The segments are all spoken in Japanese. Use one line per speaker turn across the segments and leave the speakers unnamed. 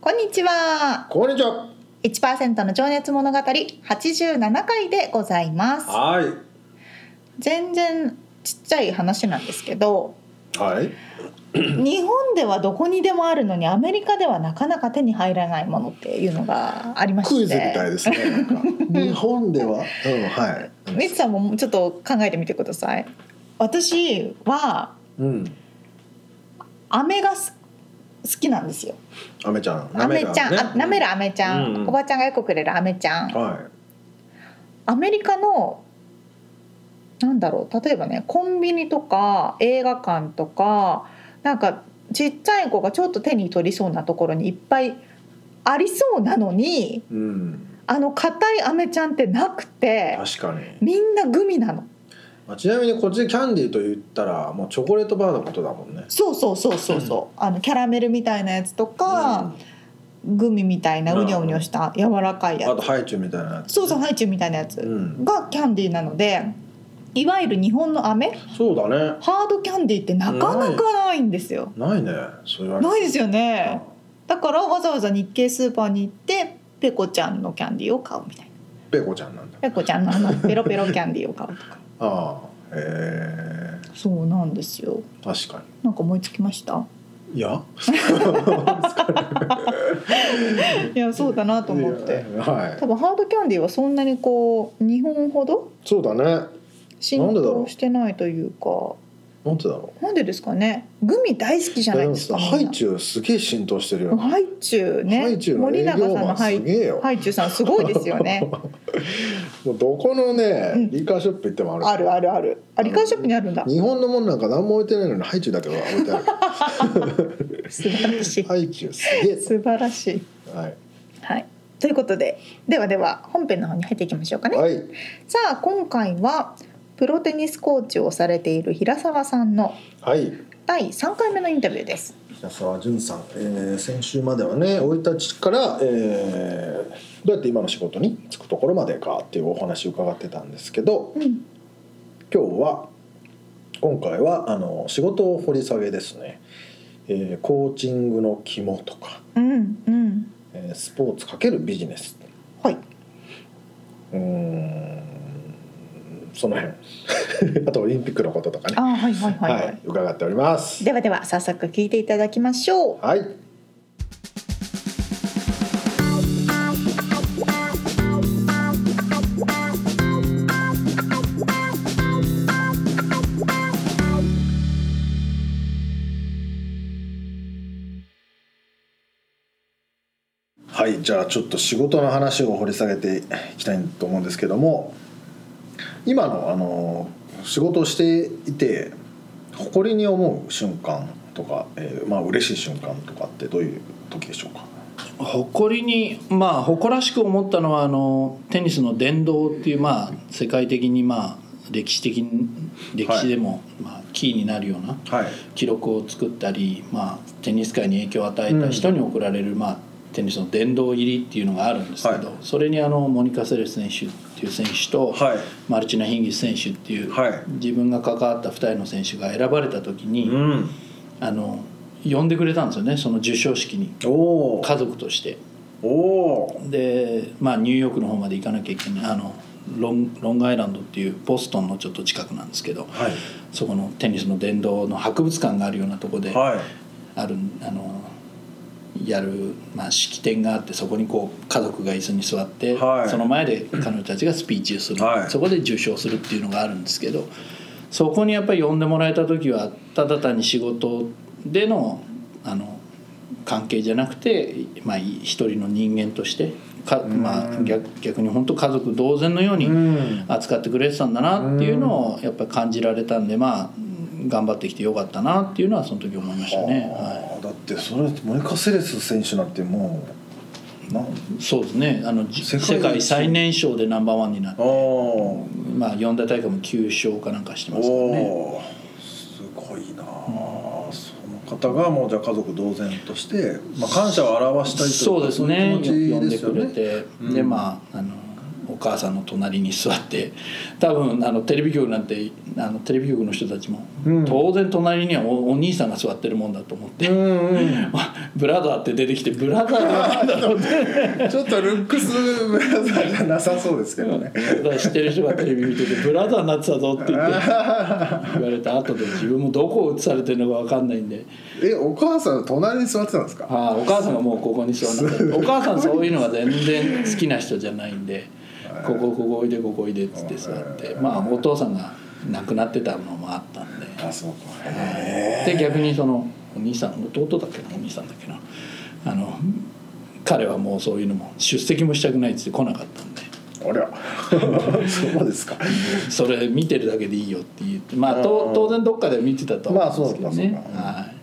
こんにちは
こんにちは。
1%の情熱物語87回でございます
はい。
全然ちっちゃい話なんですけど
はい。
日本ではどこにでもあるのにアメリカではなかなか手に入らないものっていうのがありまして
クイズみたいですね。なんか日本では、うん、はい。
ミツさんもちょっと考えてみてください私は
うん。
飴がす好きなんですよ
アメちゃん。
飴ちゃん、あなめ
ら
る飴ちゃん、
うん
おばちゃんがよくくれる飴ちゃん
は
アメリカのなんだろう例えばねコンビニとか映画館とかなんかちっちゃい子がちょっと手に取りそうなところにいっぱいありそうなのに
い。うん。
あの硬い飴ちゃんってなくて
確かに。
みんなグミなの
まあちなみにこっちでキャンディーと言ったら、もうチョコレートバーのことだもんね。
そうそうそうそうそう、あのキャラメルみたいなやつとか、グミみたいな
うん
うにょうにょした柔らかい
うん、あ
や
とハイチュウみたいなや
つ
つ。
そうそうハイチュウみたいなや
う
つ
ん。
がキャンディーなのでいわゆる日本の飴
そうだね。
ハードキャンディーってなかなかないんですよ。
ないね。そう言われ
ないですよ
たら
ね。だからわざわざ日系スーパーに行ってペコちゃんのキャンディーを買うみたいな。
ペコちゃんなんだ。
ペコちゃんのあのペロペロキャンディーを買うと か。
ああ。へえ。
そうなんですよ。
確か
なんか思いつきました。
に。いや。
いやそうだなと思っ
いや
て。
は
多分ハードキャンディーはそんなにこう日本ほど
い。そうだね。
浸
なんでだろ
透
う
してないというか。
なんてだろう。
なんでですかね。グミ大好きじゃないですか。
で
み
も
ん
さ
な
ハイチュウすげえ浸透してるよね。
ハイチュウね。
ハイチュウの
森
営
永さん
業マ
の
ン
ハ
す
イ
げえよ。
ハイチュウさんすごいですよね。
もうどこのね、
うん
リカーショップ行ってもある。
あるあるある。あ、
の
リカーショップにあるんだ。
日本のもんなんか何も置いてないのにハイチュウだけは置いてあ る。
素晴らしい。
ハイチュウすげえ。
素晴らしい。
はい。
はい。ということで、ではでは本編の方に入っていきましょうかね。
はい。
さあ、今回はプロテニスコーチをされている平沢さんの
はい。
第3回目のインタビューです。
平沢淳さん、えー先週まではね生い立ちから、えーどうやって今の仕事に就くところまでかっていうお話を伺ってたんですけど
うん。
今日は今回はあの仕事を掘り下げですね、えーコーチングの肝とか、
うん。うん。
えースポーツ×ビジネス
はい。
うーんその辺 あとオリンピックのこととかね
あ、はいはいはい、は
はいい、伺っております
ではでは、早速聞いていただきましょう。
はいはいじゃあちょっと仕事の話を掘り下げていきたいと思うんですけども今のあの仕事をしていて誇りに思う瞬間とか、えーまあ嬉しい瞬間とかってどういう時でしょうか
誇りにまあ誇らしく思ったのはあのテニスの殿堂っていうまあ世界的にまあ歴史的に歴史でも、まあ、キーになるような
はい
記録を作ったり、まあ、テニス界に影響を与えた人に贈られる、まあ、テニスの殿堂入りっていうのがあるんですけど、
はい
それにあのモニカ・セレス選手っていう選手と、
はい
マルチナ・ヒンギス選手っていう、
はい
自分が関わった2人の選手が選ばれた時に、
ん
あの呼んでくれたんですよねその授賞式に
おー
家族として。
おお
で、まあ、ニューヨークの方まで行かなきゃいけないあのロンロングアイランドっていうボストンのちょっと近くなんですけど
はい
そこのテニスの殿堂の博物館があるようなとこで、
はい
あるあのやる、まあ、式典があってそこにこう家族が椅子に座って、
はい
その前で彼女たちがスピーチをする、
はい
そこで受賞するっていうのがあるんですけどそこにやっぱり呼んでもらえた時はただ単に仕事でのあの関係じゃなくて、まあ、い一人の人間としてか、まあ、逆逆に本当家族同然のように
うん
扱ってくれてたんだなっていうのをやっぱり感じられたんでまあ頑張ってきてよかったなっていうのはその時思いましたね。
あ
は
ーだってそれモニカ・セレス選手なんてもうなん
い、そうですねあのじ
世
世
界一
界最年少でナンバーワンになって
あ、お
まあ、四大大会も9勝かなんかしてますからね。
おーすごいなあ、その方がもうじゃあ家族同然として、まあ、感謝を表したいとい
そう
か
ですね
そういう気
呼
持ちで
んです
よ
くれ
ね
て、
うん
でまああのお母さんの隣に座って多分あのテレビ局なんてあのテレビ局の人たちも、
うん
当然隣にはおお兄さんが座ってるもんだと思って、
うんうん
ブラザーって出てきてブラザーなんだと思って
ちょっとルックスブラザーじゃなさそうですけどね
ブラザ ー知ってる人がテレビ見ててブラザーになってたぞって言って言われた後で自分もどこを映されてるのか分かんないんで
えお母さんの隣に座ってたんですか
ああお母さんがもうここに座っててお母さんそういうのが全然好きな人じゃないんで「ここここおいでここおいで」っつって座ってまあお父さんが亡くなってたのもあったんで。
あそうか
で逆にそのお兄さん弟だっけなお兄さんだっけなあの彼はもうそういうのも出席もしたくないっつって来なかったんで
ありゃ そうですか
それ見てるだけでいいよって言ってまあと
うん
当然どっかで見てたとは思うんですけど
まあ
ね
そうかそうか
はい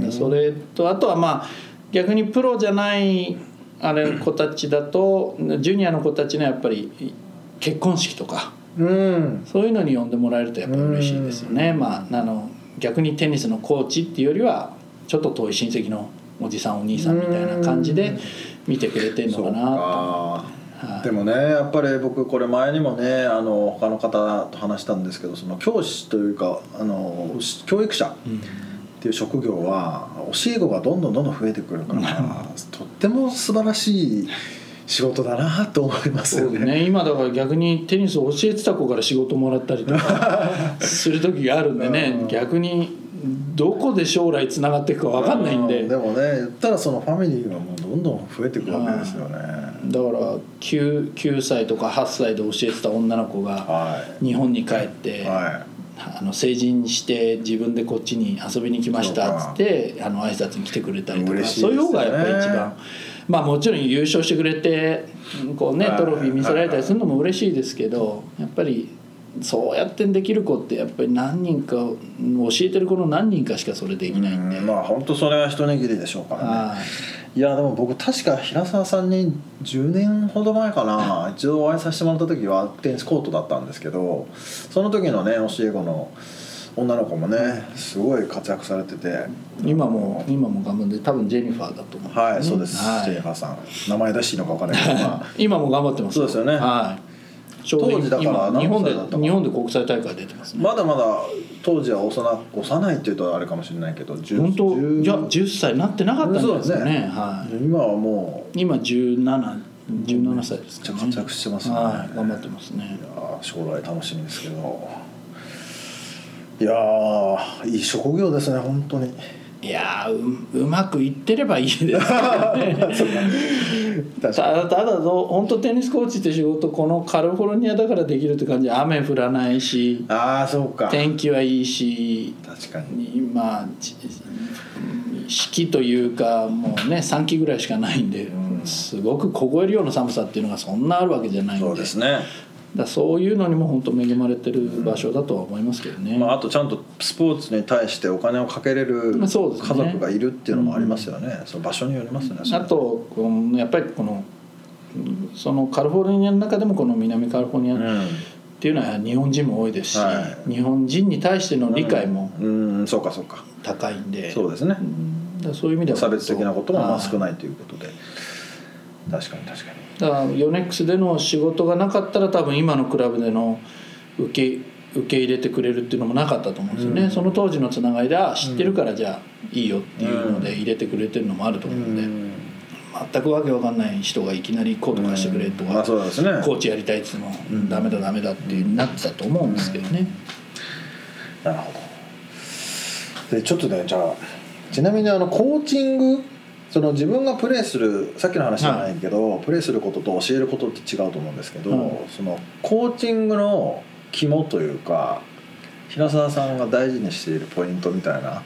でそれとあとはまあ逆にプロじゃないあれ子たちだとジュニアの子たちのやっぱり結婚式とか
うん
そういうのに呼んでもらえるとやっぱ嬉しいですよね。まあ、あの逆にテニスのコーチっていうよりはちょっと遠い親戚のおじさんお兄さんみたいな感じで見てくれてるの
そ
か
う
なと。
か
はい
でもねやっぱり僕これ前にもねあの他の方と話したんですけどその教師というかあの教育者
うん
っていう職業は教え子がどんどんどんどん増えてくるからとっても素晴らしい仕事だなと思います
そ
よ
う
ね。
ですね今だから逆にテニスを教えてた子から仕事もらったりと かする時があるんで
うん
ね逆にどこで将来つながっていくか分かんないんで
うでもね言ったらそのファミリーがもうどんどん増えていくわけですよね。
だから 9, 9歳とか8歳で教えてた女の子が
は
日本に帰って
い、は
あの成人して自分でこっちに遊びに来ましたっつってあの挨拶に来てくれたりとか、
嬉しいです
そ
よね
ういう方がやっぱり一番まあもちろん優勝してくれてこうね
はい
トロフィー見せられたりするのも嬉しいですけどやっぱりそうやってできる子ってやっぱり何人か教えてる子の何人かしかそれでき
い。
ないんで。
うんまあ本当それは一握りでしょうからね。
はい
いやでも僕確か平沢さんに10年ほど前か な一度お会いさせてもらった時はテニスコートだったんですけどその時のね教え子の女の子もねすごい活躍されてて
今も今も頑張って多分ジェニファーだと思う、
はいそうです
はい
シェーファーさん名前出していいのか分からないけど、まあ
今も頑張ってます
そうですよね
はいちょうど
当時だから
今日本
何歳だった
で
か
日本で国際大会出てますね
まだまだ当時は幼幼いっていうとあれかもしれないけど10
本当
10
いや10歳なってなかったんじゃないです
そ
か
うで
ね
すね
はい、
今はもう
今1717歳です
めっちゃ
か、ね、
活躍してますね、
はい頑張ってますね
いやー将来楽しみですけどいやーいい職業ですね本当に
いやーううまくいってればいいです けどねた
確か
だただど本当テニスコーチって仕事このカリフォルニアだからできるって感じ雨降らないし
にああそうか
天気はいいし
確かに
まあち四季というかもうね3季ぐらいしかないんで、すごく凍えるような寒さっていうのがそんなあるわけじゃないんで
そうですね、
だからそういうのにも本当恵まれてる場所だとは思いますけどね、
まあ、あとちゃんとスポーツに対してお金をかけれる
ま
家
あそうですね
族がいるっていうのもありますよね、その場所によりますよね
あとこのやっぱりこのそのカリフォルニアの中でもこの南カリフォルニ
う
アっ
ん、
ていうのは日本人も多いですし、
は
日本人に対しての理解も
うんそうかそうか
高いんで、
そうですね
だからそういう意味では
差別的なことはまあ少
い
ないということで確かに確かに
だからヨネックスでの仕事がなかったら多分今のクラブでの受け受け入れてくれるっていうのもなかったと思うんですよね、その当時のつながりであ知ってるからじゃあいいよっていうので入れてくれてるのもあると思うんで、全くわけわかんない人がいきなりこうとかしてくれと
まあ
か、
そうですね
コーチやりたいっつっても、ダメだダメだってなってたと思うんですけどね、
なるほどでちょっとねじゃあちなみにあのコーチングその自分がプレーするさっきの話じゃないけど、プレーすることと教えることって違うと思うんですけど、
は
そのコーチングの肝というか平沢さんが大事にしているポイントみたいな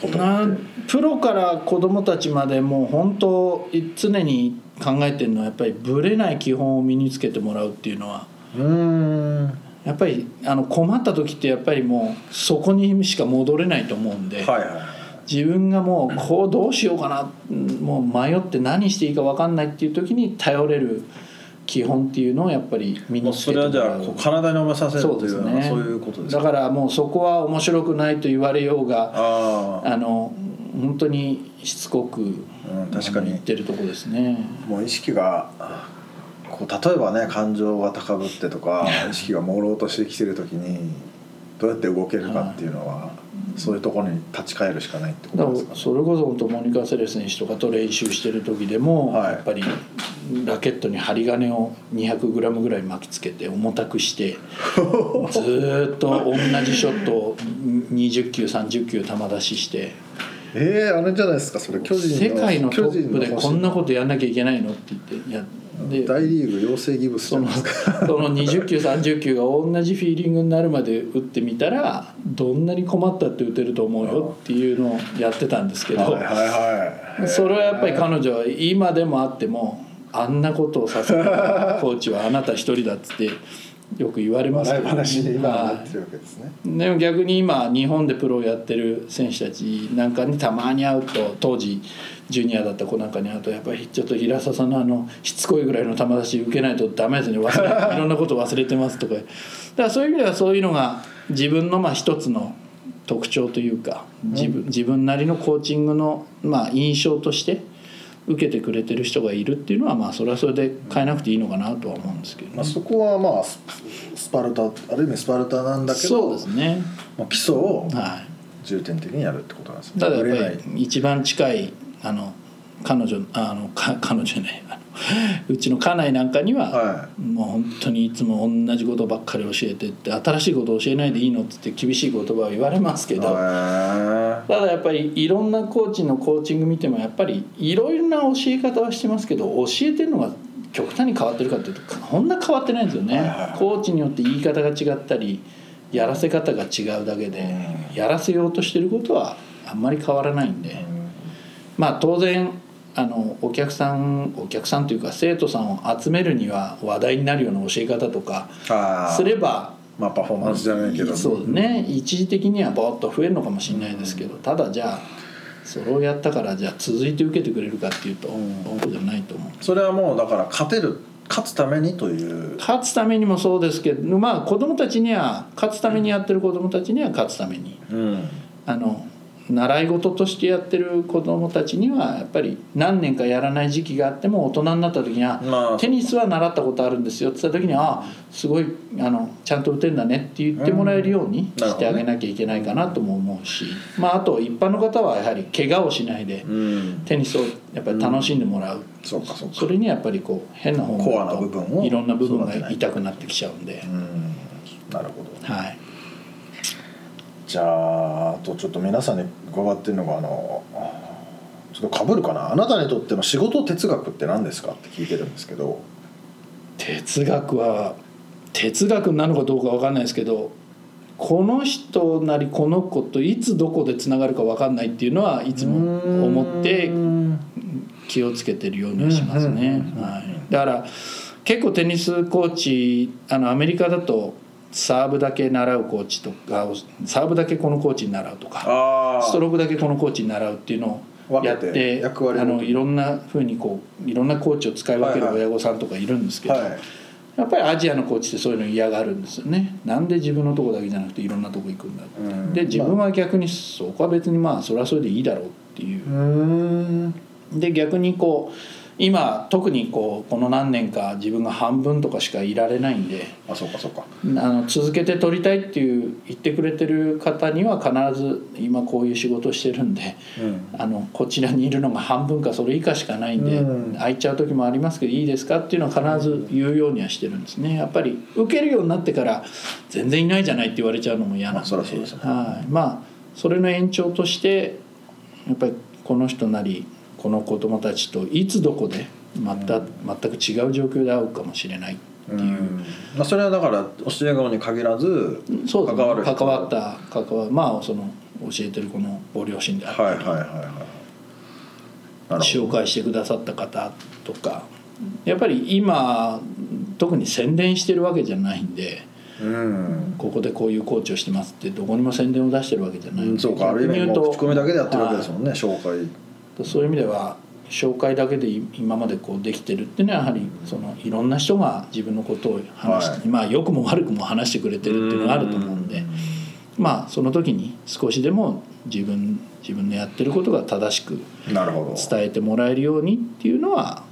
ことって
なプロから子供たちまでもう本当い常に考えてるのはやっぱりブレない基本を身につけてもらうっていうのは
うーん
やっぱりあの困った時ってやっぱりもうそこにしか戻れないと思うんで、
はいはい
自分がもうこうどうしようかなもう迷って何していいか分かんないっていう時に頼れる基本っていうのをやっぱり身
も
に
う
つ
そ
けて
れ
もら
は
う
じゃあこう体に覚えさせる
そう
とい
で
う
す
ような
ね
そういうことです
だ
か
からもうそこは面白くないと言われようが
ああ
あの本当にしつこく、
ん確かに
言ってるとこですね
もう意識がこう例えばね感情が高ぶってとか意識が朦朧としてきてる時にどうやって動けるかっていうのはそういうところに立ち返るしかないってこ
だ
と
か
ですから
それこそ本当モニカ・セレ選手とかと練習してる時でも、
はい
やっぱりラケットに針金を 200g ぐらい巻きつけて重た くして。ずーっと同じショットを20球30球球出しして
えー、あれじゃないですかそれ巨人
世界のトップで
巨人の
こんなことやんなきゃいけないのって言ってやで
大リーグ養成ギブスじ
そ
ゃ
の
ないですか
その20球30球が同じフィーリングになるまで打ってみたらどんなに困ったって打てると思うよっていうのをやってたんですけど
はいはいはい
それはやっぱり彼女は今でもあってもあんなことをさせたコーチはあなた一人だっつってよく言われます
笑い
ね
話に今
は
ないってるわけですね
でも逆に今日本でプロをやってる選手たちなんかにたまに会うと当時ジュニアだった子なんかに会うとやっぱりちょっと平沢さんのあのしつこいぐらいの球出し受けないとダメですね忘れいろんなこと忘れてますとかだからそういう意味ではそういうのが自分のまあ一つの特徴というか自分自分なりのコーチングのまあ印象として受けてくれてる人がいるっていうのはまあそれはそれで変えなくていいのかなとは思うんですけど、
まあ、そこはまあススパルタある意味スパルタなんだけど
そうですね
まあ、基礎を
はい。
重点的にやるってことなんですね
ただ
ぶれ
や
な
っ
い
ぱり一番近いあの彼女あのか 彼女じゃないあのうちの家内なんかには、
は
もう本当にいつも同じことばっかり教えてって新しいこと教えないでいいのって言って厳しい言葉を言われますけ
い
ど、ただやっぱりいろんなコーチのコーチング見てもやっぱりいろいろな教え方はしてますけど教えてるのが極端に変わってるかっていうとこんな変わってないんですよね、
はいはいはい
コーチによって言い方が違ったりやらせ方が違うだけで、
う
やらせようとしてることはあんまり変わらないんで、まあ当然あのお客さんお客さんというか生徒さんを集めるには話題になるような教え方とか
あ
すれば
まあパフォーマンスじゃないけど
そうですね一時的にはボーッと増えるのかもしれないですけど、ただじゃあそれをやったからじゃあ続いて受けてくれるかっていうと、
ん
そうじゃないと思う
それはもうだから勝てる勝つためにという
勝つためにもそうですけどまあ子供たちには勝つためにやってる子供たちには勝つために
うん
あの習い事としてやってる子供たちにはやっぱり何年かやらない時期があっても大人になった時には、
まあ
テニスは習ったことあるんですよって言った時にああすごいあのちゃんと打てるんだねって言ってもらえるように
うん
してあげなきゃいけないかなとも思うし、まあ、あと一般の方はやはり怪我をしないで
うん
テニスをやっぱり楽しんでもらう、
そうかそうか
それにやっぱりこう変な方
コアな部分を
いろんな部分
育てな
が
い
痛くなってきちゃうんで
う、んなるほど
はい、
じゃああとちょっと皆さんに伺ってるのがあのちょっとかぶるかなあなたにとっての仕事哲学って何ですかって聞いてるんですけど
哲学は哲学なのかどうか分かんないですけどこの人なりこの子といつどこでつながるか分かんないっていうのはいつも思って
うん
気をつけてるようにはしますね
うんうんうんう。ん
はい、だから結構テニスコーチあのアメリカだとサーブだけ習うコーチとかサーブだけこのコーチに習うとか
あ
スト
あ
ロークだけこのコーチに習うっていうのを
分
や
け
ってて
役割を
あのいろんなふうにこういろんなコーチを使い分ける
はいはい
親御さんとかいるんですけど、
はい
やっぱりアジアのコーチってそういうの嫌がるんですよねなんで自分のとこだけじゃなくていろんなとこ行くんだって、
うん
で自分は逆にそこは別にまあそれはそれでいいだろうっていう
うーん
で逆にこう今特にこうこの何年か自分が半分とかしかいられないんで
あそうかそうか
あの続けて取りたいっていう言ってくれてる方には必ず今こういう仕事してるんで
うん
あのこちらにいるのが半分かそれ以下しかないんで、
うん
空いちゃう時もありますけどいいですかっていうのは必ず言うようにはしてるんですねやっぱり受けるようになってから全然いないじゃないって言われちゃうのも嫌なん
まあ
で
そりゃそうですね
はいまあそれの延長としてやっぱりこの人なりこの子供たちといつどこでまた全く違う状況で会うかもしれないっっていう、
まあ、それはだから教え子に限らず
そうですね
関わる人
関わった関わまあその教えてる子のご両親であっ
はい
た
はい
り、
はいはいなるほ
紹介してくださった方とかやっぱり今特に宣伝してるわけじゃないんで
どうん
ここでこういうコーチをしてますってどこにも宣伝を出してるわけじゃないんで、
そうかある意
逆に
味
言う
もう
と
口コミだけでやってるわけですもんね紹介
はいそういう意味では紹介だけでい今までこうできてるっていうのはやはりそのいろんな人が自分のことを話して、
はい
まあ良くも悪くも話してくれてるっていうのがあると思うんでまあその時に少しでも自分自分のやってることが正しく
なるほど
伝えてもらえるようにっていうのは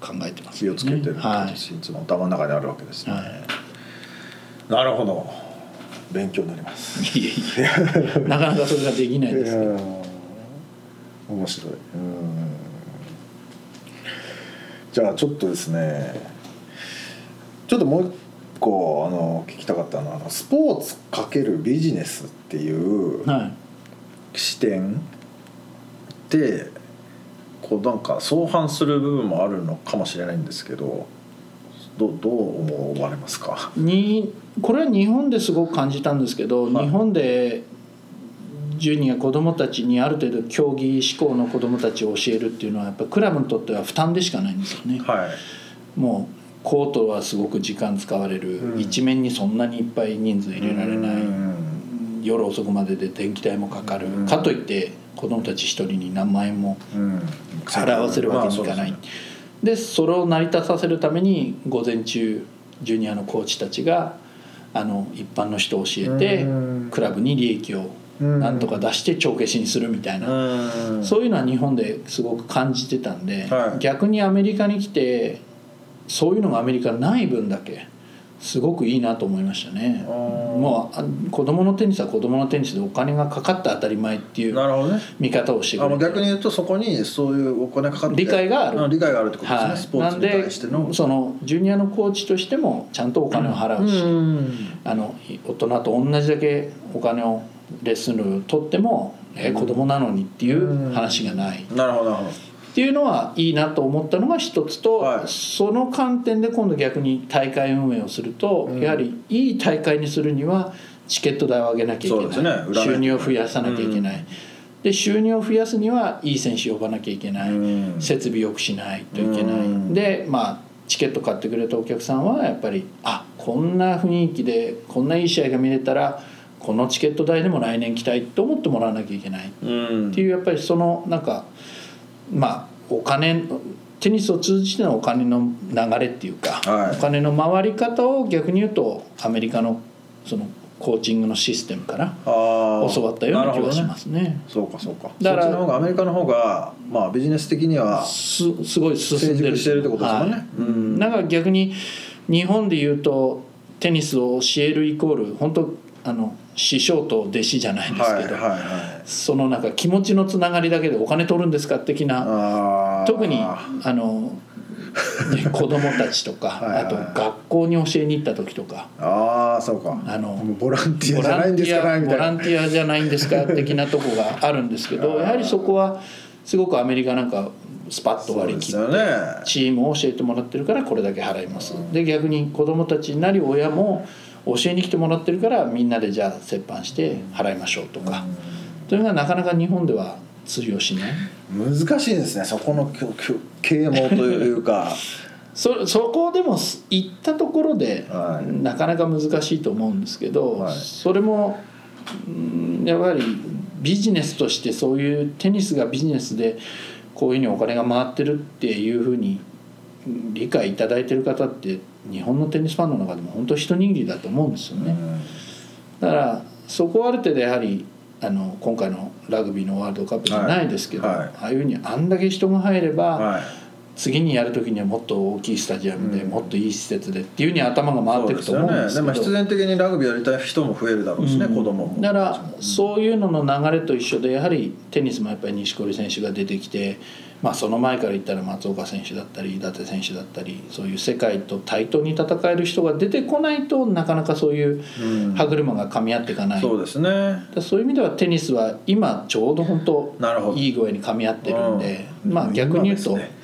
考えてます
気
ね、
をつけてるってこと
は
で
い
す、いつも頭の中にあるわけですね、
は
なるほど勉強になります
いえいえ なかなかそれができないですけど、
うん面白いうんじゃあちょっとですねちょっともう一個あの聞きたかったのはあのスポーツ×ビジネスっていう
はい
視点
でこうなんか相反する部分もあるのかもしれないんですけどどどう思われますか
にこれは日本ですごく感じたんですけど、
はい
日本でジュニア子どもたちにある程度競技志向の子どもたちを教えるっていうのはやっぱクラブにとっては負担でしかないんですよね。
はい
もうコートはすごく時間使われる、
うん
一面にそんなにいっぱい人数入れられない、
うん
夜遅くまでで電気代もかかる、
うん
かといって子どもたち一人に何万円も
うん
払わせるわけにいかない、
まあそうで
でそれを成り立たせるために午前中ジュニアのコーチたちがあの一般の人を教えて、
うん
クラブに利益を
うん
なんとか出して帳消しにするみたいな、
うん
そういうのは日本ですごく感じてたんで、
はい
逆にアメリカに来てそういうのがアメリカない分だけすごくいいなと思いましたね。もうあ子供のテニスは子供のテニスでお金がかかって当たり前っていう
なるほどね
見方をしてく
あ
れ
も
て
う逆に言うとそこにそういうお金かかって
理解がある
うん理解があるってことですね、
はい
スポーツに対して
なん
の
でそのジュニアのコーチとしてもちゃんとお金を払うし、
うん
あの大人と同じだけお金をレッスン料を取っても、え子供なのにっていう話がない、っ
なるほどなるほ
ていうのはいいなと思ったのが一つと、
はい
その観点で今度逆に大会運営をすると、やはりいい大会にするにはチケット代を上げなきゃい
そうで
け
すね
ない、
売らない
収入を増やさなきゃいけない、で収入を増やすにはいい選手呼ばなきゃいけない。
ど、うん
設備良くしないといけない、
うん
でまあチケット買ってくれたお客さんはやっぱりあこんな雰囲気でこんないい試合が見れたらこのチケット代でも来年来たいと思ってもらわなきゃいけないっ
うん
ていうやっぱりそのなんかまあお金テニスを通じてのお金の流れっていうか、
はい
お金の回り方を逆に言うとアメリカのそのコーチングのシステムから
ああ
教わったような気がしますすね。
そうかそうか
だから
そっちの方がアメリカの方がまあビジネス的には
すすごい進
成
んで
熟
る
してるってことですもんね、
はい
うん
なんか逆に日本で言うとテニスを教えるイコール本当あの師匠と弟子じゃないんです
はい
け
はい
ど、
はい
そのなんか気持ちのつながりだけでお金取るんですか的な
あー
特にあの ね子供たちとか
はいはい
あと学校に教えに行った時とか
ああそうか
あの
もうボランティ
ボ
アじゃな
ラ
い
ン
ん
テ
です
ィ
から
ア
み
ボ
たい
ラ
な
ンティアじゃないんですか的なとこがあるんですけどやはりそこはすごくアメリカなんかスパッと
そう
割り
で
切っ
すよね
チームを教えてもらってるからこれだけ払いますで逆に子どもたちなり親も教えに来てもらってるからみんなでじゃあ折半して払いましょうとかというのがなかなか日本では通用しない
難しいですねそこのきょきょ啓蒙という か
そそこでもす行ったところで
はい
なかなか難しいと思うんですけど、
はい
それもうんやはりビジネスとしてそういうテニスがビジネスでこういうふうにお金が回ってるっていうふうにうん理解いただいてる方って日本のテニスファンの中でも本当一握りだと思うんですよね。だからそこはある程度やはりあの今回のラグビーのワールドカップじゃないですけど、
はいはい
ああいうふうにあんだけ人が入れば、
はい
次にやる時にはもっと大きいスタジアムで、もっといい施設でっていうふうに頭が回っていくと思うんで
そう
すけど
ですよねでも必然的にラグビーやりたい人も増えるだろうしね、
うん
子供も
だからそういうのの流れと一緒でやはりテニスもやっぱり錦織選手が出てきて、まあ、その前から言ったら松岡選手だったり伊達選手だったりそういう世界と対等に戦える人が出てこないとなかなかそういう
うん
歯車が噛み合っていかない、
そうですね
だからそういう意味ではテニスは今ちょうど本
なるほ
当
ど
いい具合に噛み合ってるんで
うん
まあ逆に言う
今
と、
ですね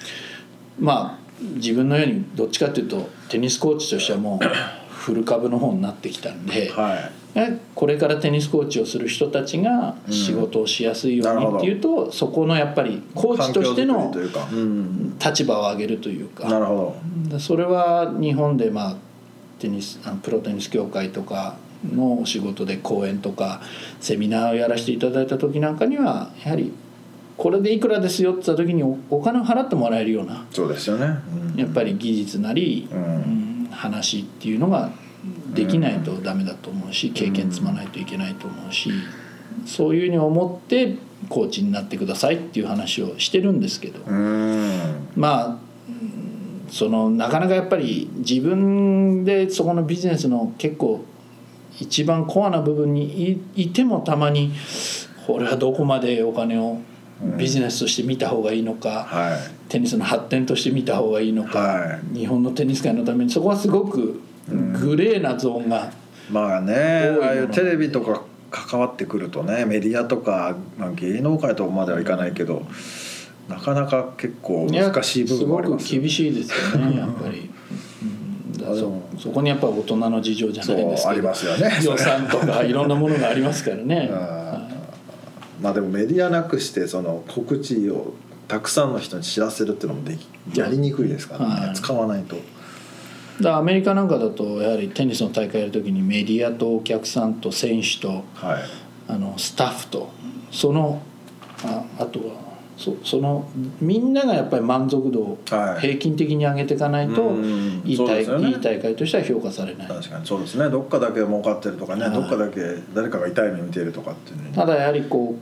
まあ自分のようにどっちかっていうとテニスコーチとしてはも う古株の方になってきたんで、
はい
これからテニスコーチをする人たちが仕事をしやすいよ
なる
う
ほど
にっていうと、そこのやっぱりコーチとして
環
の
境づくりというか、うん、
立場を上げるというか
なるほ
だそれは日本でまあテニスあのプロテニス協会とかのお仕事で講演とかセミナーをやらせていただいた時なんかにはやはりこれでいくらですよって言った時におお金を払ってもらえるような
どそうですよね、うん
やっぱり技術なり、
うん
うん話っていうのができないとダメだと思うし経験積まないといけないと思うしそういうふうに思ってコーチになってくださいっていう話をしてるんですけど。
うん
まあうんそのなかなかやっぱり自分でそこのビジネスの結構一番コアな部分にいいてもたまにこれはどこまでお金をビジネスとして見た方がいいのか、
は
テニスの発展として見た方がいいの
い
か、
は
日本のテニス界のためにそこはすごくグレーなゾーンが、
いまあね
多いもの
ああいうテレビとか関わってくるとねメディアとか、まあ、芸能界とまではいかないけどなかなか結構
いや
難しい部分もあります
ごく厳しいですよねやっぱり。うんだから
で
そ
も
そこにやっぱ大人の事情じゃ
そ
ないん
う
です
あ
け
り
ど
ますよね
予算とかいろんなものがありますか らね。
まあでもメディアなくしてその告知をたくさんの人に知らせるっていうのもできやりにくいですからね、
はい
使わないと
だからアメリカなんかだとやはりテニスの大会やるときにメディアとお客さんと選手と
はい
あのスタッフとそのああとはそそのみんながやっぱり満足度を
はい
平均的に上げていかないと、
うん
いい
そうで
大
すよね
いい大会としては評価されない。
確かにそうですねどっかだけ儲かってるとかね、
はい
どっかだけ誰かが痛い目見てるとかっていうのに
ただやはりこ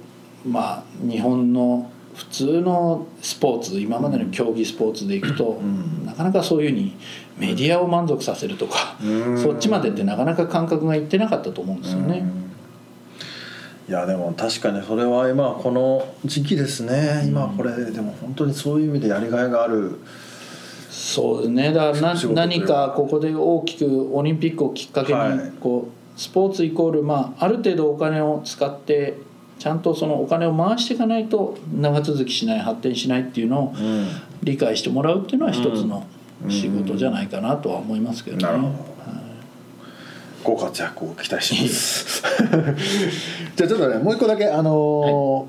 うまあ日本の普通のスポーツ今までの競技スポーツでいくと、
ん
なかなかそういうふうにメディアを満足させるとか、
うん
そっちまでってなかなか感覚がいってなかったと思うんですよね。
いやでも確かにそれは今この時期ですね、今これでも本当にそういう意味でやりがいがある
そうですねだから
仕事と
な
いう
何かここで大きくオリンピックをきっかけ
はい
にこうスポーツイコール、まあ、ある程度お金を使ってちゃんとそのお金を回していかないと長続きしない発展しないっていうのを
うん
理解してもらうっていうのは一つの仕事じゃないかなとは思いますけどね。
なるほど
は
ご活躍を期待します
じゃあちょっとねもう一個だけあの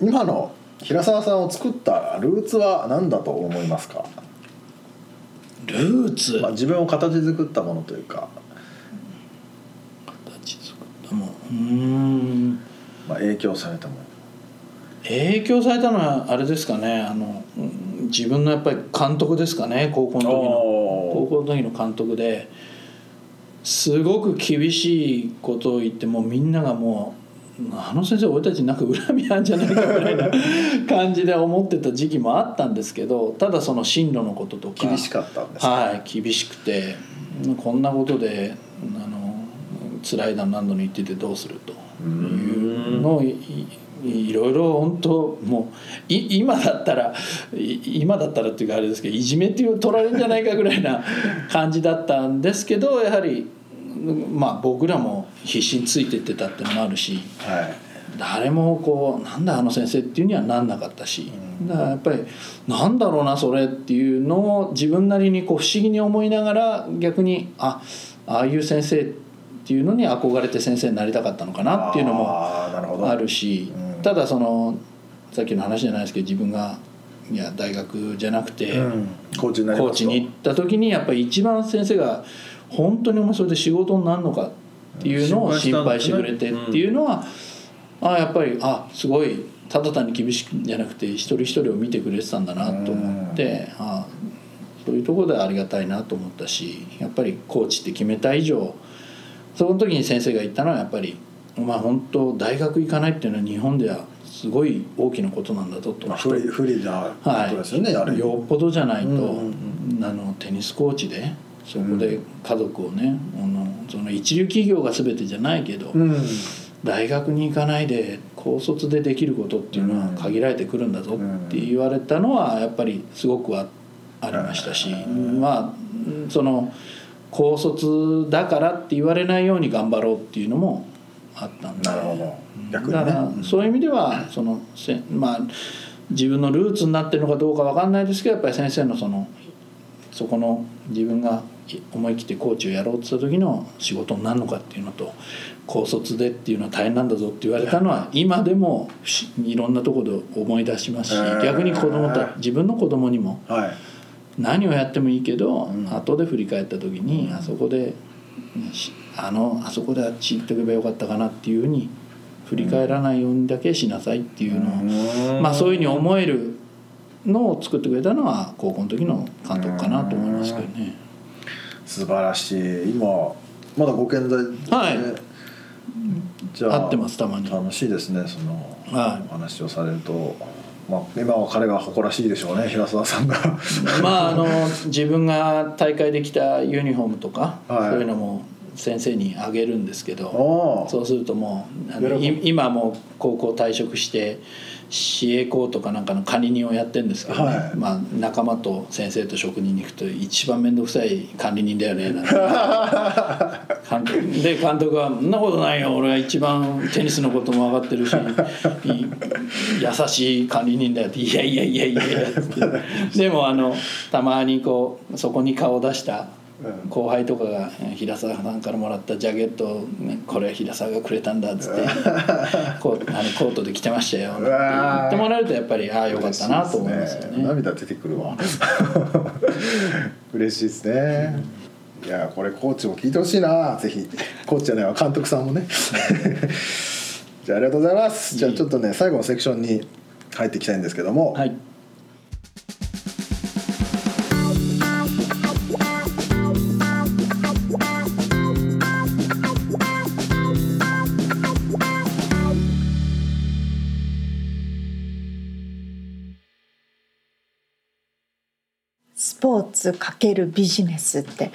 ー今の平沢さんを作ったルーツは何だと思いますか
いルーツ
まあ自分を形作ったものというか、
形作ったもんうーん
まあ、影響されたもの
影響されたのはあれですかねあのうん自分のやっぱり監督ですかね高校の時の
お
高
ー
校の時の監督ですごく厳しいことを言ってもうみんながもうあの先生俺たちなんか恨みあんじゃないかぐら いな感じで思ってた時期もあったんですけどただその進路のこととか
厳しかったんですか
はい厳しくてこんなことであの辛いだ何度も言っててどうするというのをいいいろいろ本当もうい今だったらい今だったらっていうかあれですけどいじめっていう取られるんじゃないかぐらいな感じだったんですけどやはりまあ僕らも必死についてってたってのもあるし。
はい
誰もこうなんだあの先生っていうにはなんなかったしだからやっぱりなんだろうなそれっていうのを自分なりにこう不思議に思いながら逆にあああいう先生っていうのに憧れて先生になりたかったのかなっていうのも
あーなるほど
あるし
うん
ただそのさっきの話じゃないですけど自分がいや大学じゃなくて。
うんコーチになり
コ
ま
ー
す
チ
と
に行った時にやっぱり一番先生が本当にお前それで仕事になるのかっていうの
うん
を
心
心
配
配
し
したて
ん
く
です
れ
ね
てっていうのは、あやっぱりあすごいただ単に厳しいんじゃなくて一人一人を見てくれてたんだなと思って、あそういうところでありがたいなと思ったしやっぱりコーチって決めた以上その時に先生が言ったのはやっぱり「お前本当大学行かないっていうのは日本ではすごい大きなことなんだぞ」と。
まあ不利不利なこ
は
とですよね、ある
い、
意味
よっぽどじゃないと、
うんうん
あのテニスコーチでそこで家族をね、あのその一流企業が全てじゃないけど、
うん
大学に行かないで高卒でできることっていうのは
うん
限られてくるんだぞって言われたのはやっぱりすごくあありましたし、まあその高卒だからって言われないように頑張ろうっていうのもあったんで
なるほど逆
だ
に
か
ね
らそういう意味ではそのせまあ自分のルーツになってるのかどうかわかんないですけどやっぱり先生のそのそこの自分が思い切ってコーチをやろうとした時の仕事になるのかっていうのと高卒でっていうのは大変なんだぞって言われたのは今でも不思いろんなところで思い出しますし
うん
逆に子供た自分の子供にも
はい
何をやってもいいけど、
ん
後で振り返った時にあそこでしあのあそこであっち行っておけばよかったかなっていうふうに振り返らないようにだけしなさいっていうのを、まあ、そういうふうに思えるのを作ってくれたのは高校の時の監督かなと思いますけどね。
素晴らしい今まだご健在ですね
はい
じゃあ
合ってますたまに
楽しいですねその、
はい
お話をされると、まあ、今は彼が誇らしいでしょうね平沢さんが
まあ、あの自分が大会で着たユニフォームとか、
はい
そういうのも先生にあげるんですけど、
お
そうするともうあの
喜
い今もう高校退職して市営校とかなんかの管理人をやってるんですけど、ね
はい
まあ、仲間と先生と職人に行くと一番面倒くさい管理人だよねなんて監督 で監督は「そんなことないよ俺は一番テニスのことも分かって るしいい優しい管理人だよ」って「いやいやいやいやいや」ってでもあのたまにこうそこに顔を出した後輩とかがえー平沢さんからもらったジャケットをねこれ平沢がくれたんだ っつってこうあのコートで着てましたよって
うわー
言ってもらえるとやっぱりああよかったなと思いますよ
嬉しいです
ね。
涙出てくるわ嬉しいですね、
いやこれコーチも聞いてほしいなぜひコーチじゃないわ監督さんもねじゃあありがとうございますじゃあちょっとね最後のセクションに入っていきたいんですけども、
はい
スポーツ×ビジネスって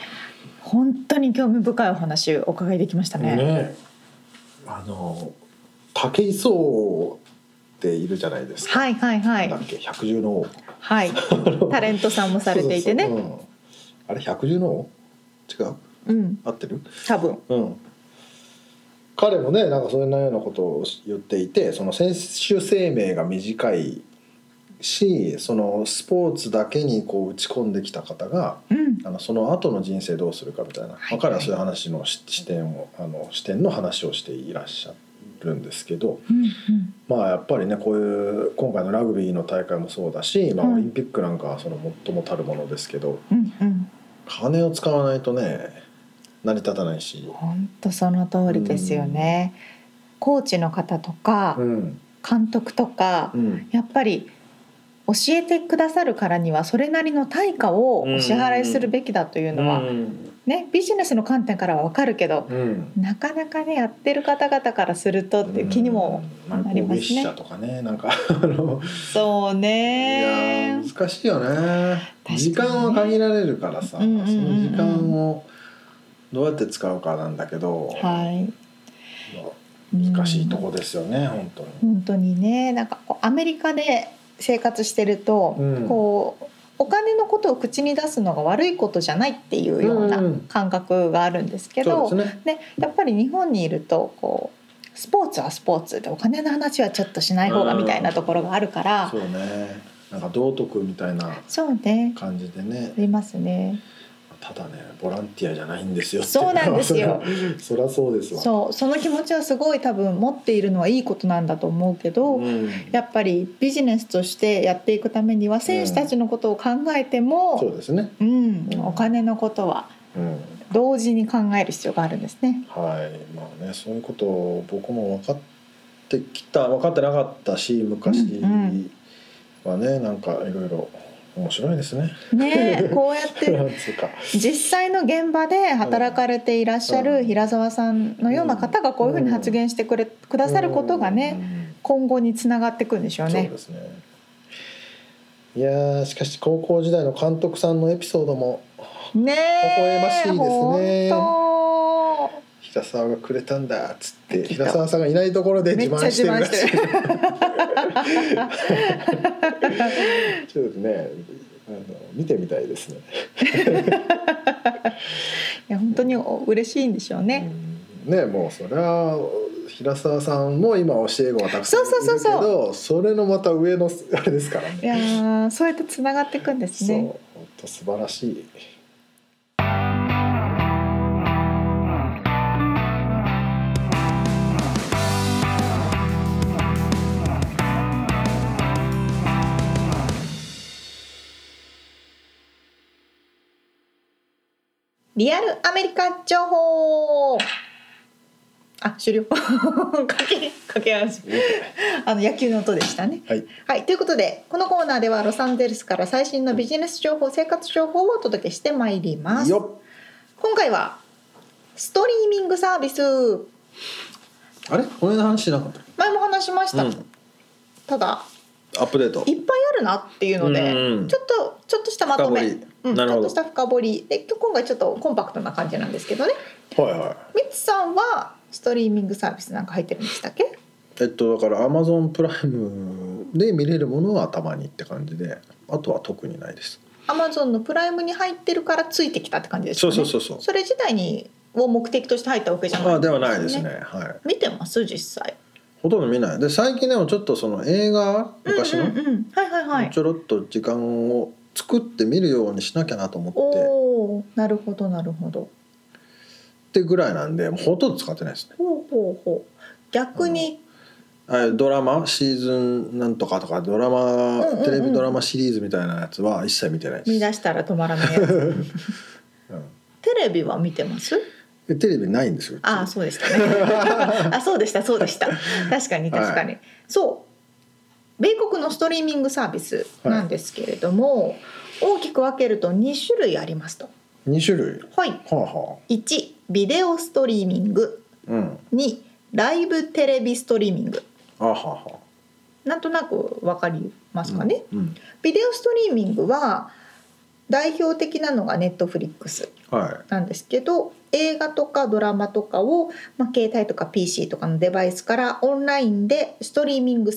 本当に興味深いお話お伺いできましたね。
ねあの武井壮っているじゃないですか、
はいはいはい
なんだっけ百獣の王
はい。 タレントさんもされていて
そう
ね。
そうそううんあれ百獣の王違う
うん
合ってる
多分。
うん、彼もねなんかそんなようなことを言っていてその選手生命が短いしそのスポーツだけにこう打ち込んできた方が
うん
あのその後の人生どうするかみたいな、まあ
はい
彼はそういう話のし視点をあの視点の話をしていらっしゃるんですけど、
うん
まあ、やっぱりねこういう今回のラグビーの大会もそうだし、まあ、
はい
オリンピックなんかはその最もたるものですけど
うんうんうん。
金を使わないとね成り立たないし。
本当その通りですよね。コーチの方とか
うん
監督とか
うん、
やっぱり。教えてくださるからにはそれなりの対価をお支払いするべきだというのは、ねビジネスの観点からはわかるけど
うん
なかなかねやってる方々からするとっていう気にもなりますね
うん神戸支社とかねなんかあの
そう
いや
ね
ー難しいよね
かにね
時間は限られるからさ、
うんうんうんうん
その時間をどうやって使うかなんだけど、
はい
まあ難しいとこですよね本当に。
本当にねなんかこうアメリカで生活してると、
うん
こうお金のことを口に出すのが悪いことじゃないっていうような
うんうん
感覚があるんですけど、
そうですね。
ね、やっぱり日本にいるとこうスポーツはスポーツでお金の話はちょっとしない方が
うん
みたいなところがあるから、
そうね。なんか道徳みたいな
そうね
感じでね
あ。りますね
ただねボランティアじゃないんですよってい
そうなんですよ。
そりゃそうですわ。
そうその気持ちはすごい多分持っているのはいいことなんだと思うけど、
うん
やっぱりビジネスとしてやっていくためには選手たちのことを考えても、
そうですね。
うん
う、ん
お金のことは
うん。
同時に考える必要があるんですね。
はい、まあね、そういうことを僕も分かってきた、分かってなかったし、昔
うん
はね、なんかいろいろ面白いですね。
ねえこうやっ
な
て
んつうか、
実際の現場で働かれていらっしゃ
う
る
ん
平沢さんのような方がこういうふうに発言してくれくださることがね今後につながっていくんでしょ
う。
うん
そう
ね
で。すね。いやーしかし高校時代の監督さんのエピソードも
ねえ
微笑ましいですね
本
平沢がくれたんだっつって
きっと
平沢さんがいないところで自慢してるらし
めっ
い
ちゃ
ちょっとねあの見てみたいですね
当いや本当にお嬉しいんでしょうね。
うんねもうそれは平沢さんも今教え子がたくさんいる
そう
け
そう
ど
そう
それのまた上のあれですから
い
ね
やーそうやってつながっていくんです
そう
ね。
本当
当素晴らしい
リアルアメリカ情報あ終了 かけかけ足あの野球の音でしたね。
はい、
はい、ということでこのコーナーではロサンゼルスから最新のビジネス情報生活情報をお届けしてまいります。
よ
今回はストリーミングサービス
っあれこれの話しなかった
前も話しました、
うん
ただ
アップデート
いっぱいあるなっていうので、
うん
ちょっとちょっとしたまとめ
深掘り、
うん、ち
なる
ょ
ほ
っ
ど
とした深掘りで今回ちょっとコンパクトな感じなんですけどね
はいはい
ミツさんはストリーミングサービスなんか入ってるんでしたっけ
えっとだからアマゾンプライムで見れるものはたまにって感じであとは特にないです
アマゾンのプライムに入ってるからついてきたって感じです
そ
よ
う
ね
そうそうそう
それ自体にを目的として入ったわけじゃない
あではないですねはい
見てます実際
ほとんど見ないで最近でもちょっとその映画昔の、
うんうんうん、はいはいはい
ちょろっと時間を作って見るようにしなきゃなと思ってっ
おおなるほどなるほど
てぐらいなんでもうほとんど使ってないですね
ほうほうほう逆に
あドラマシーズンなんとかとかドラ
う
マ、
んうんうん
テレビドラマシリーズみたいなやつは一切見てないです
見出したら止まらないやつ、 テレビは見てます
でテレビないんですよ
ああそうでしたね あそうでしたそうでした確かに確かに、そう米国のストリーミングサービスなんですけれども、大きく分けると2種類ありますと
2種類は
はい
あは
1ビデオストリーミング
あうん
2ライブテレビストリーミング
あはあは
なんとなく分かりますかね、
あうん
ビデオストリーミングは代表的なのがネットフリックス
は
なんですけど映画とかドラマとかを、まあ、携帯とか PC とかのデバイスからオンラインでストリーミング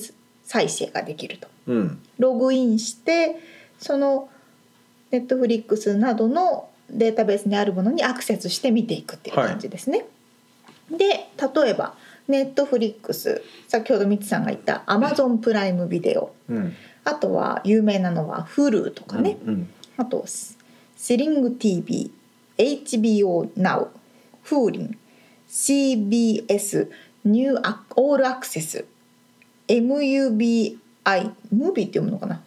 再生ができると
いうん
ログインしてその Netflix などのデータベースにあるものにアクセスして見ていくっていう感じですね。で例えば Netflix 先ほどみつさんが言った Amazon プライムビデオ
うん
あとは有名なのは Hulu とかね、
うん
あとススリング TV、HBO Now、フーリン、CBS、ニューアオールアクセス、MUBI、ムービーって読むのかな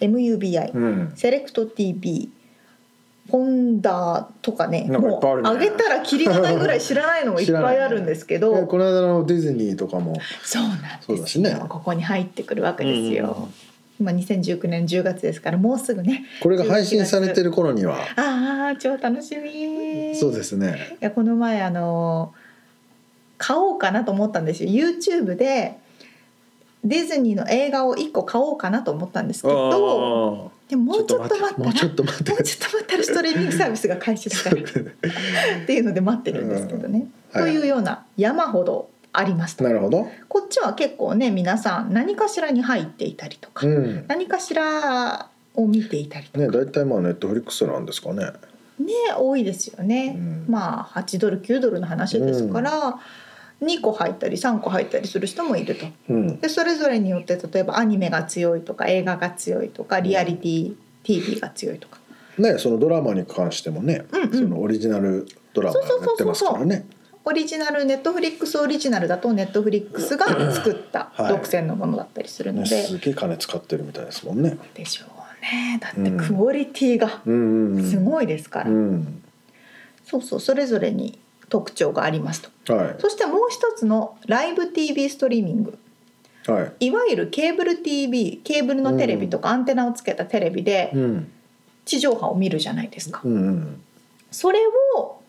?MUBI、
うん
セレクト TV、フォンダーとかね、
なんかいっ
も
ぱいある
う
ね
上げたらキリがないぐらい知らないのもいっぱいあるんですけ ど、
でこの間のディズニーとかも
そうなん
そう
で
だ
す
し
よ、
ね
ここに入ってくるわけです
うんうんう
よ
ん。
今2019年10月ですからもうすぐね
これが配信されてる頃には
ああ超楽しみ
そうですね
いやこの前あの買おうかなと思ったんですよ YouTube でディズニーの映画を1個買おうかなと思ったんですけど
ああ
でももうちょっと待った
も
ら
うちょっと待って
もうちょっと待ったらストリーミングサービスが開始したり っていうので待ってるんですけどね。
うんはい
というような山ほどありますと
なるほど、
こっちは結構ね皆さん何かしらに入っていたりとか、
うん
何かしらを見ていたりとか
ね、大体まあネットフリックスなんですかね、
ね多いですよね。
うん
まあ8ドル9ドルの話ですから、2個入ったり3個入ったりする人もいると
うん、
でそれぞれによって例えばアニメが強いとか映画が強いとかリアリティ TV が強いとか、
ねそのドラマに関してもね、
うんうん
そのオリジナルドラマやってますからね
オリジナルネットフリックスオリジナルだとネットフリックスが作った
はい
独占のものだったりするの
ね
で、
すげえ金使ってるみたいですもんね
でしょうねだってクオリティが
うんうん
すごいですから、
うん
そうそうそれぞれに特徴がありますと
は
そしてもう一つのライブ TV ストリーミング
いはい、
いわゆるケーブル TV ケーブルのテレビとかアンテナをつけたテレビで
うん、
地上波を見るじゃないですか
うんうん
それを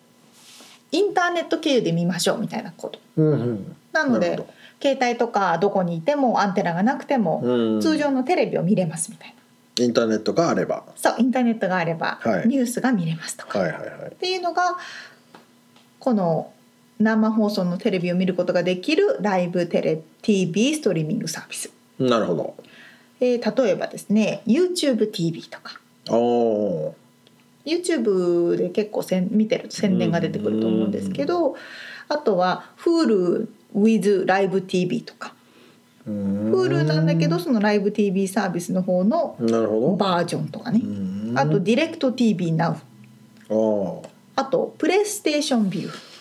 インターネット経由で見ましょうみたいなこと
うんうん
なので携帯とかどこにいてもアンテナがなくても
うん
通常のテレビを見れますみたいな
インターネットがあれば
そうインターネットがあれば
はい
ニュースが見れますとか
はいはいはい
っていうのがこの生放送のテレビを見ることができるライブテレ TV ストリーミングサービス、
なるほど
えー例えばですね YouTubeTV とか
おお
YouTube で結構せん見てる宣伝が出てくると思うんですけどあとは Hulu with ライブ TV とか
Hulu
Hulu なんだけどそのライブ TV サービスの方の
なるほど
バージョンとかね
うんうん
あとディレクト TV ナウ
あ
あとプレイステーションビュー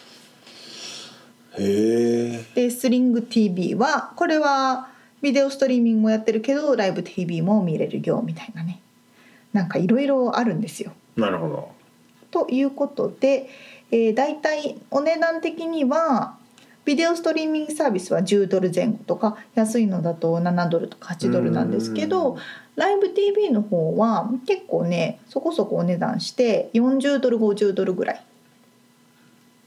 あへえ
でスリング TV はこれはビデオストリーミングもやってるけどライブ TV も見れるよみたいなねなんかいろいろあるんですよ。
なるほど
ということで、えー、大体お値段的にはビデオストリーミングサービスは10ドル前後とか安いのだと7ドルとか8ドルなんですけどライブ TV の方は結構ねそこそこお値段して40ドル50ドルぐらい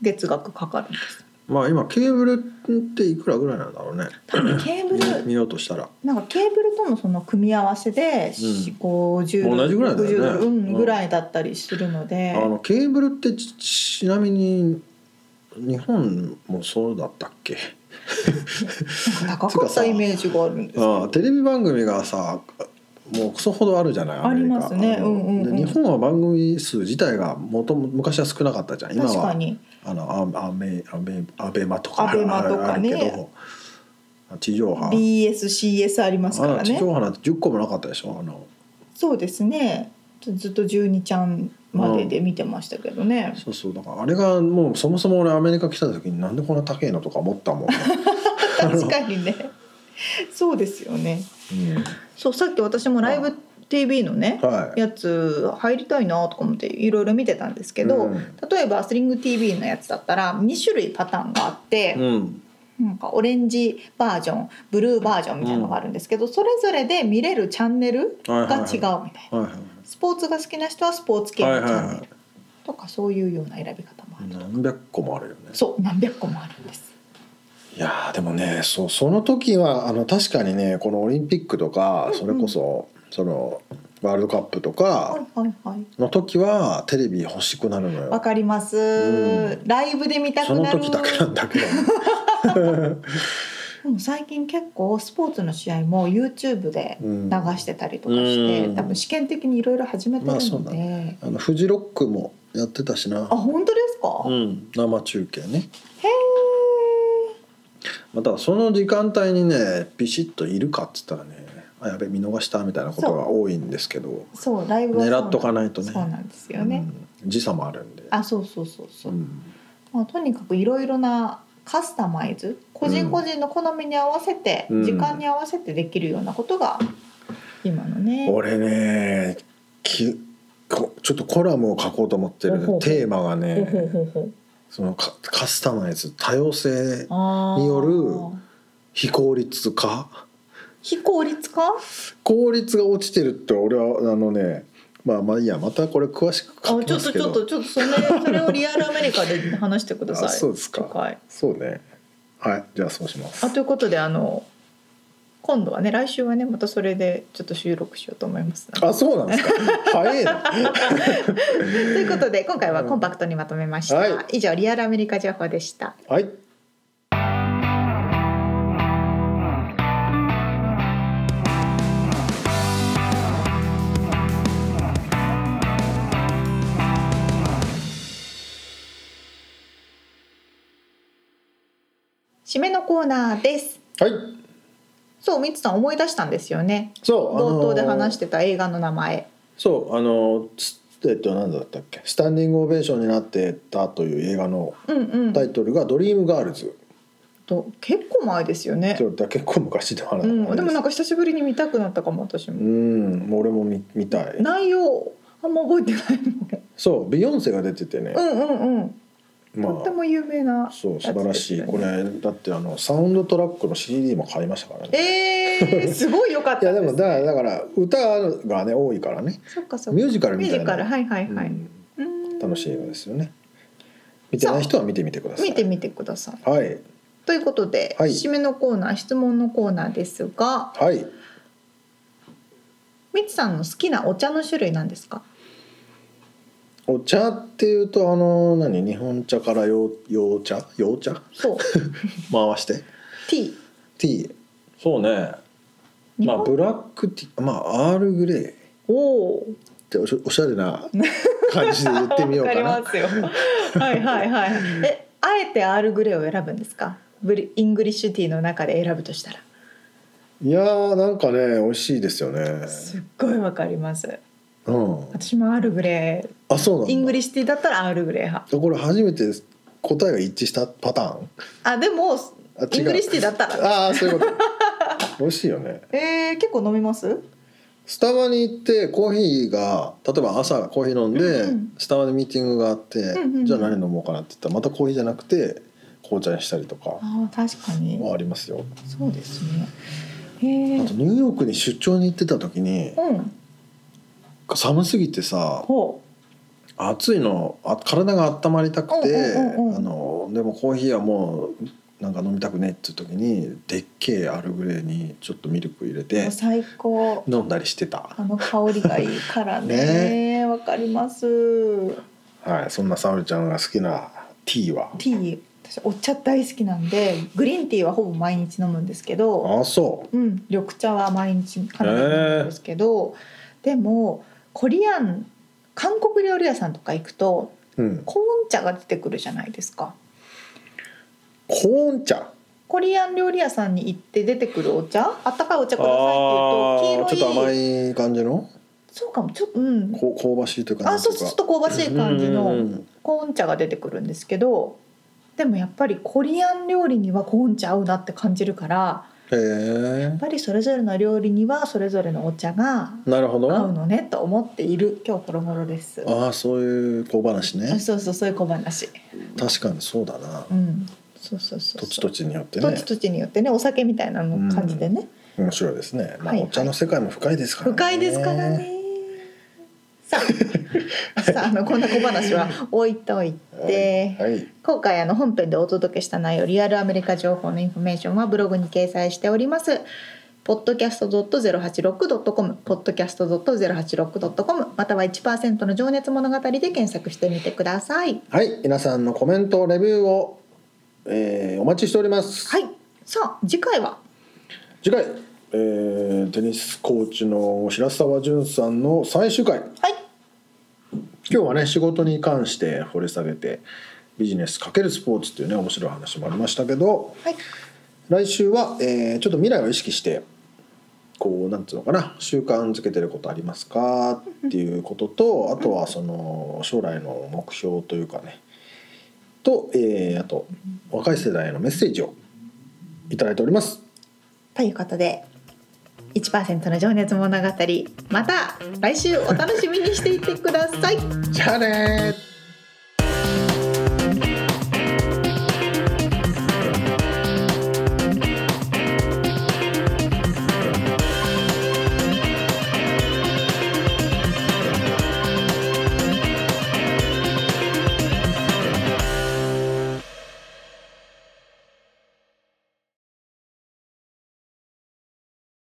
月額かかるんです。
まあ今ケーブルっていくらぐらいなんだろうね
多分ケーブル
見ようとしたら
なんかケーブルとのその組み合わせで4 50ドル
同じぐらいだよね
60ドルう
うん
んぐらいだったりするので
あのケーブルってちちなみに日本もそうだったっけ
なんか高かったイメージがあるんですけど
ああテレビ番組がさもうクソほどあるじゃないアメリカ
ありますね
あ
う
の
んうんうん
で日本は番組数自体がもとも昔は少なかったじゃん今
確か
は
に
あのアアメアベアベマとかあ
アベ
る
マと
あ
か
る
ね
けど地上波
BSCS ありますか
あ
ら
の地
ね
上波なんて10個もなかったでしょあの
そうですねずっと12ちゃんまでで見てましたけどね、
そうそうだからあれがもうそもそも俺アメリカ来た時になんでこんな高いのとか思っ たもん、
確かにねそうですよね
う
そうさっき私もライブ TV のね
ん、はい
やつ入りたいなとか思っていろいろ見てたんですけど、
うん
例えばスリング TV のやつだったら2種類パターンがあって、
うん
なんかオレンジバージョンブルーバージョンみたいなのがあるんですけど、それぞれで見れるチャンネル
はいはい
が違う
はい
みたいな、
はいは
スポーツが好きな人はスポーツ系
い
の
は
チ
いはい
ャンネ
は
ルとかそういうような選び方もある、
い何百個もあるよね
そう何百個もあるんです
いやーでもねそうその時はあの確かにねこのオリンピックとか、
うん
それこそそのワールドカップとか
はいはいはい
の時はテレビ欲しくなるのよ
わかります、
う
ライブで見た
そ
く
の
なる
時だけなん だけど、
でも最近結構スポーツの試合も YouTube で
うん
流してたりとかして、
うん
多分試験的にいろいろ始めてる
まあそう
の
だ
で、
あのフジロックもやってたしな
あ、本当ですか、
う
へ
ん、生中継ね
え
またその時間帯にねビシッといるかっつったらねあやべ見逃したみたいなことが多いんですけど、
そうライブはそう
狙っとかないとね
そうなんです
う
よね、
ん、時差もあるんで
あそうそうそうそうう、
ん
まあ、とにかくいろいろなカスタマイズ個人個人の好みに合わせて、
うん
時間に合わせてできるようなことが今のね、
俺ねきこちょっとコラムを書こうと思って
ほうほうほ
る
う
テーマ
ほう
が
ほう
ね
ほうほう
そのカカスタマイズ多様性
あー
による非効率化
非効率化
効率が落ちてるって俺はあのねまあまあいいやまたこれ詳しく
あちょ
書
っとち
きますけど
ょっとちょっとそれ それをリアルアメリカで話してください
あそうですか
初回
そうねはいじゃあそうします
あということであの今度はね来週はねまたそれでちょっと収録しようと思います
あそうなんです か早いな
ということで今回はコンパクトにまとめました、
は
以上リアルアメリカ情報でした
はい
締めのコーナーです
はい
そう、みつさん思い出したんですよね。
そう
冒頭で話しててた映画の名前。
そうあのつえっと何だったっけスタンディングオベーションになってたという映画の
うんうん
タ。イトルが「ドリームガールズ」
と結構前ですよね
そ。れだ結構昔の
う
話なん
ん、
です
でもなんか久しぶりに見たくなったかも、私
う
も。
ん俺も見見たい
内容、あんま覚えてないの で。
そうビヨンセが出ててね、
うんうんうん。
ま
とって
あ
も有名な。
そう素晴らしい、
やつです
こ
よね
れだってあのサウンドトラックの CD も買いましたからね
えー、すごい良かっ
い
た
やで
です。
もだからだから歌がね多いからね
そっかそっ
ミ
か。
ュージカル
ミ
み
ュー
た
ジ
い
カル、
な、
はいはいはい。
うん
うん
楽しい映画ですよね見てない人は見てみてください
見てみてください。
はい
ということで、
はい
締めのコーナー、質問のコーナーですが、
はい
みつさんの好きなお茶の種類なんですか。
お茶っていうとあの何日本茶から洋洋茶洋茶
そう、
回して
ティー。
ティーそうね
日
まあ
本
ブラックティーまあアールグレー
おお。
っておしおしゃ れな感じで言ってみようか
わ
な
かりますよ。はいはいはい。え、あえてアールグレーを選ぶんですか。ブリイングリッシュティーの中で選ぶとしたら。
いやーなんかね美味しいですよね
すっごいわかります。
うん、
私もアールグレ
あそうなん
ー
だ
イングリッシュティーだったらアールグレー派
これ初めて答えが一致したパタ ーン
あでも
あ
イ
違う
ングリッシュティーだったら
ああそういうこと美味しいよね
えー、結構飲みます
スタバに行ってコーヒーが例えば朝コーヒー飲んで、
うん
スタバでミーティングがあって、
んうんうん
じゃあ何飲もうかなって言ったらまたコーヒーじゃなくて紅茶にしたりとか
あー確かに
はありますよ、
そうですねへえ
あとニューヨークに出張に行ってた時に
うん
寒すぎてさ
ほ
暑いのあ体が温まりたくて、
うんうんうんうん
あのでもコーヒーはもうなんか飲みたくねっていう時にでっけえアールグレーにちょっとミルク入れ
う
て
最高
飲んだりしてた
あの香りがいいからねわ、かります
はいそんな沙織ちゃんが好きなティーは
ティー私お茶大好きなんでグリーンティーはほぼ毎日飲むんですけど
あそう
うん、緑茶は毎日かなり飲むんですけど、でもコリアン韓国料理屋さんとか行くと
うん、
コーン茶が出てくるじゃないですか
コーン茶
コリアン料理屋さんに行って出てくるお茶あったかいお茶くださいって言うと
ち
黄
ょっと
色い
甘い感じの
そうかもちょっとうん
こう香ばしいというか
あそうそうちょっと香ばしい感じのコーン茶が出てくるんですけどでもやっぱりコリアン料理にはコーン茶合うなって感じるからや
へえ
っぱりそれぞれの料理にはそれぞれのお茶が
なるほど
合う
あ
のねと思っている今日この頃です。
あそういう小話
あ
ね
そうそうそういう小話。
確かにそうだな
うん。そうそうそうそう。
土地土地によって
土
ね
地土地によってねお酒みたいなの感じでね、
面白いですね、ま
は
あ
いはい
お茶の世界も深いですからね
深いですからね。さ あさああのこんな小話は置いといて。
はい、はい
今回あの本編でお届けした内容リアルアメリカ情報のインフォメーションはブログに掲載しております podcast.086.com podcast.086.com または1%の情熱物語で検索してみてください
はい皆さんのコメントレビューを、えー、お待ちしております、
はいさあ次回は
次回、えー、テニスコーチの白澤淳さんの最終回
はい
今日はね仕事に関して掘り下げてビジネス×スポーツっていうね面白い話もありましたけど
はい
来週は、えーちょっと未来を意識してこうなんていうのかな習慣づけてることありますかっていうこととあとはその将来の目標というかねと、えーあと若い世代へのメッセージをいただいております。
ということで1%の情熱物語また来週お楽しみにしていてください
じゃあねー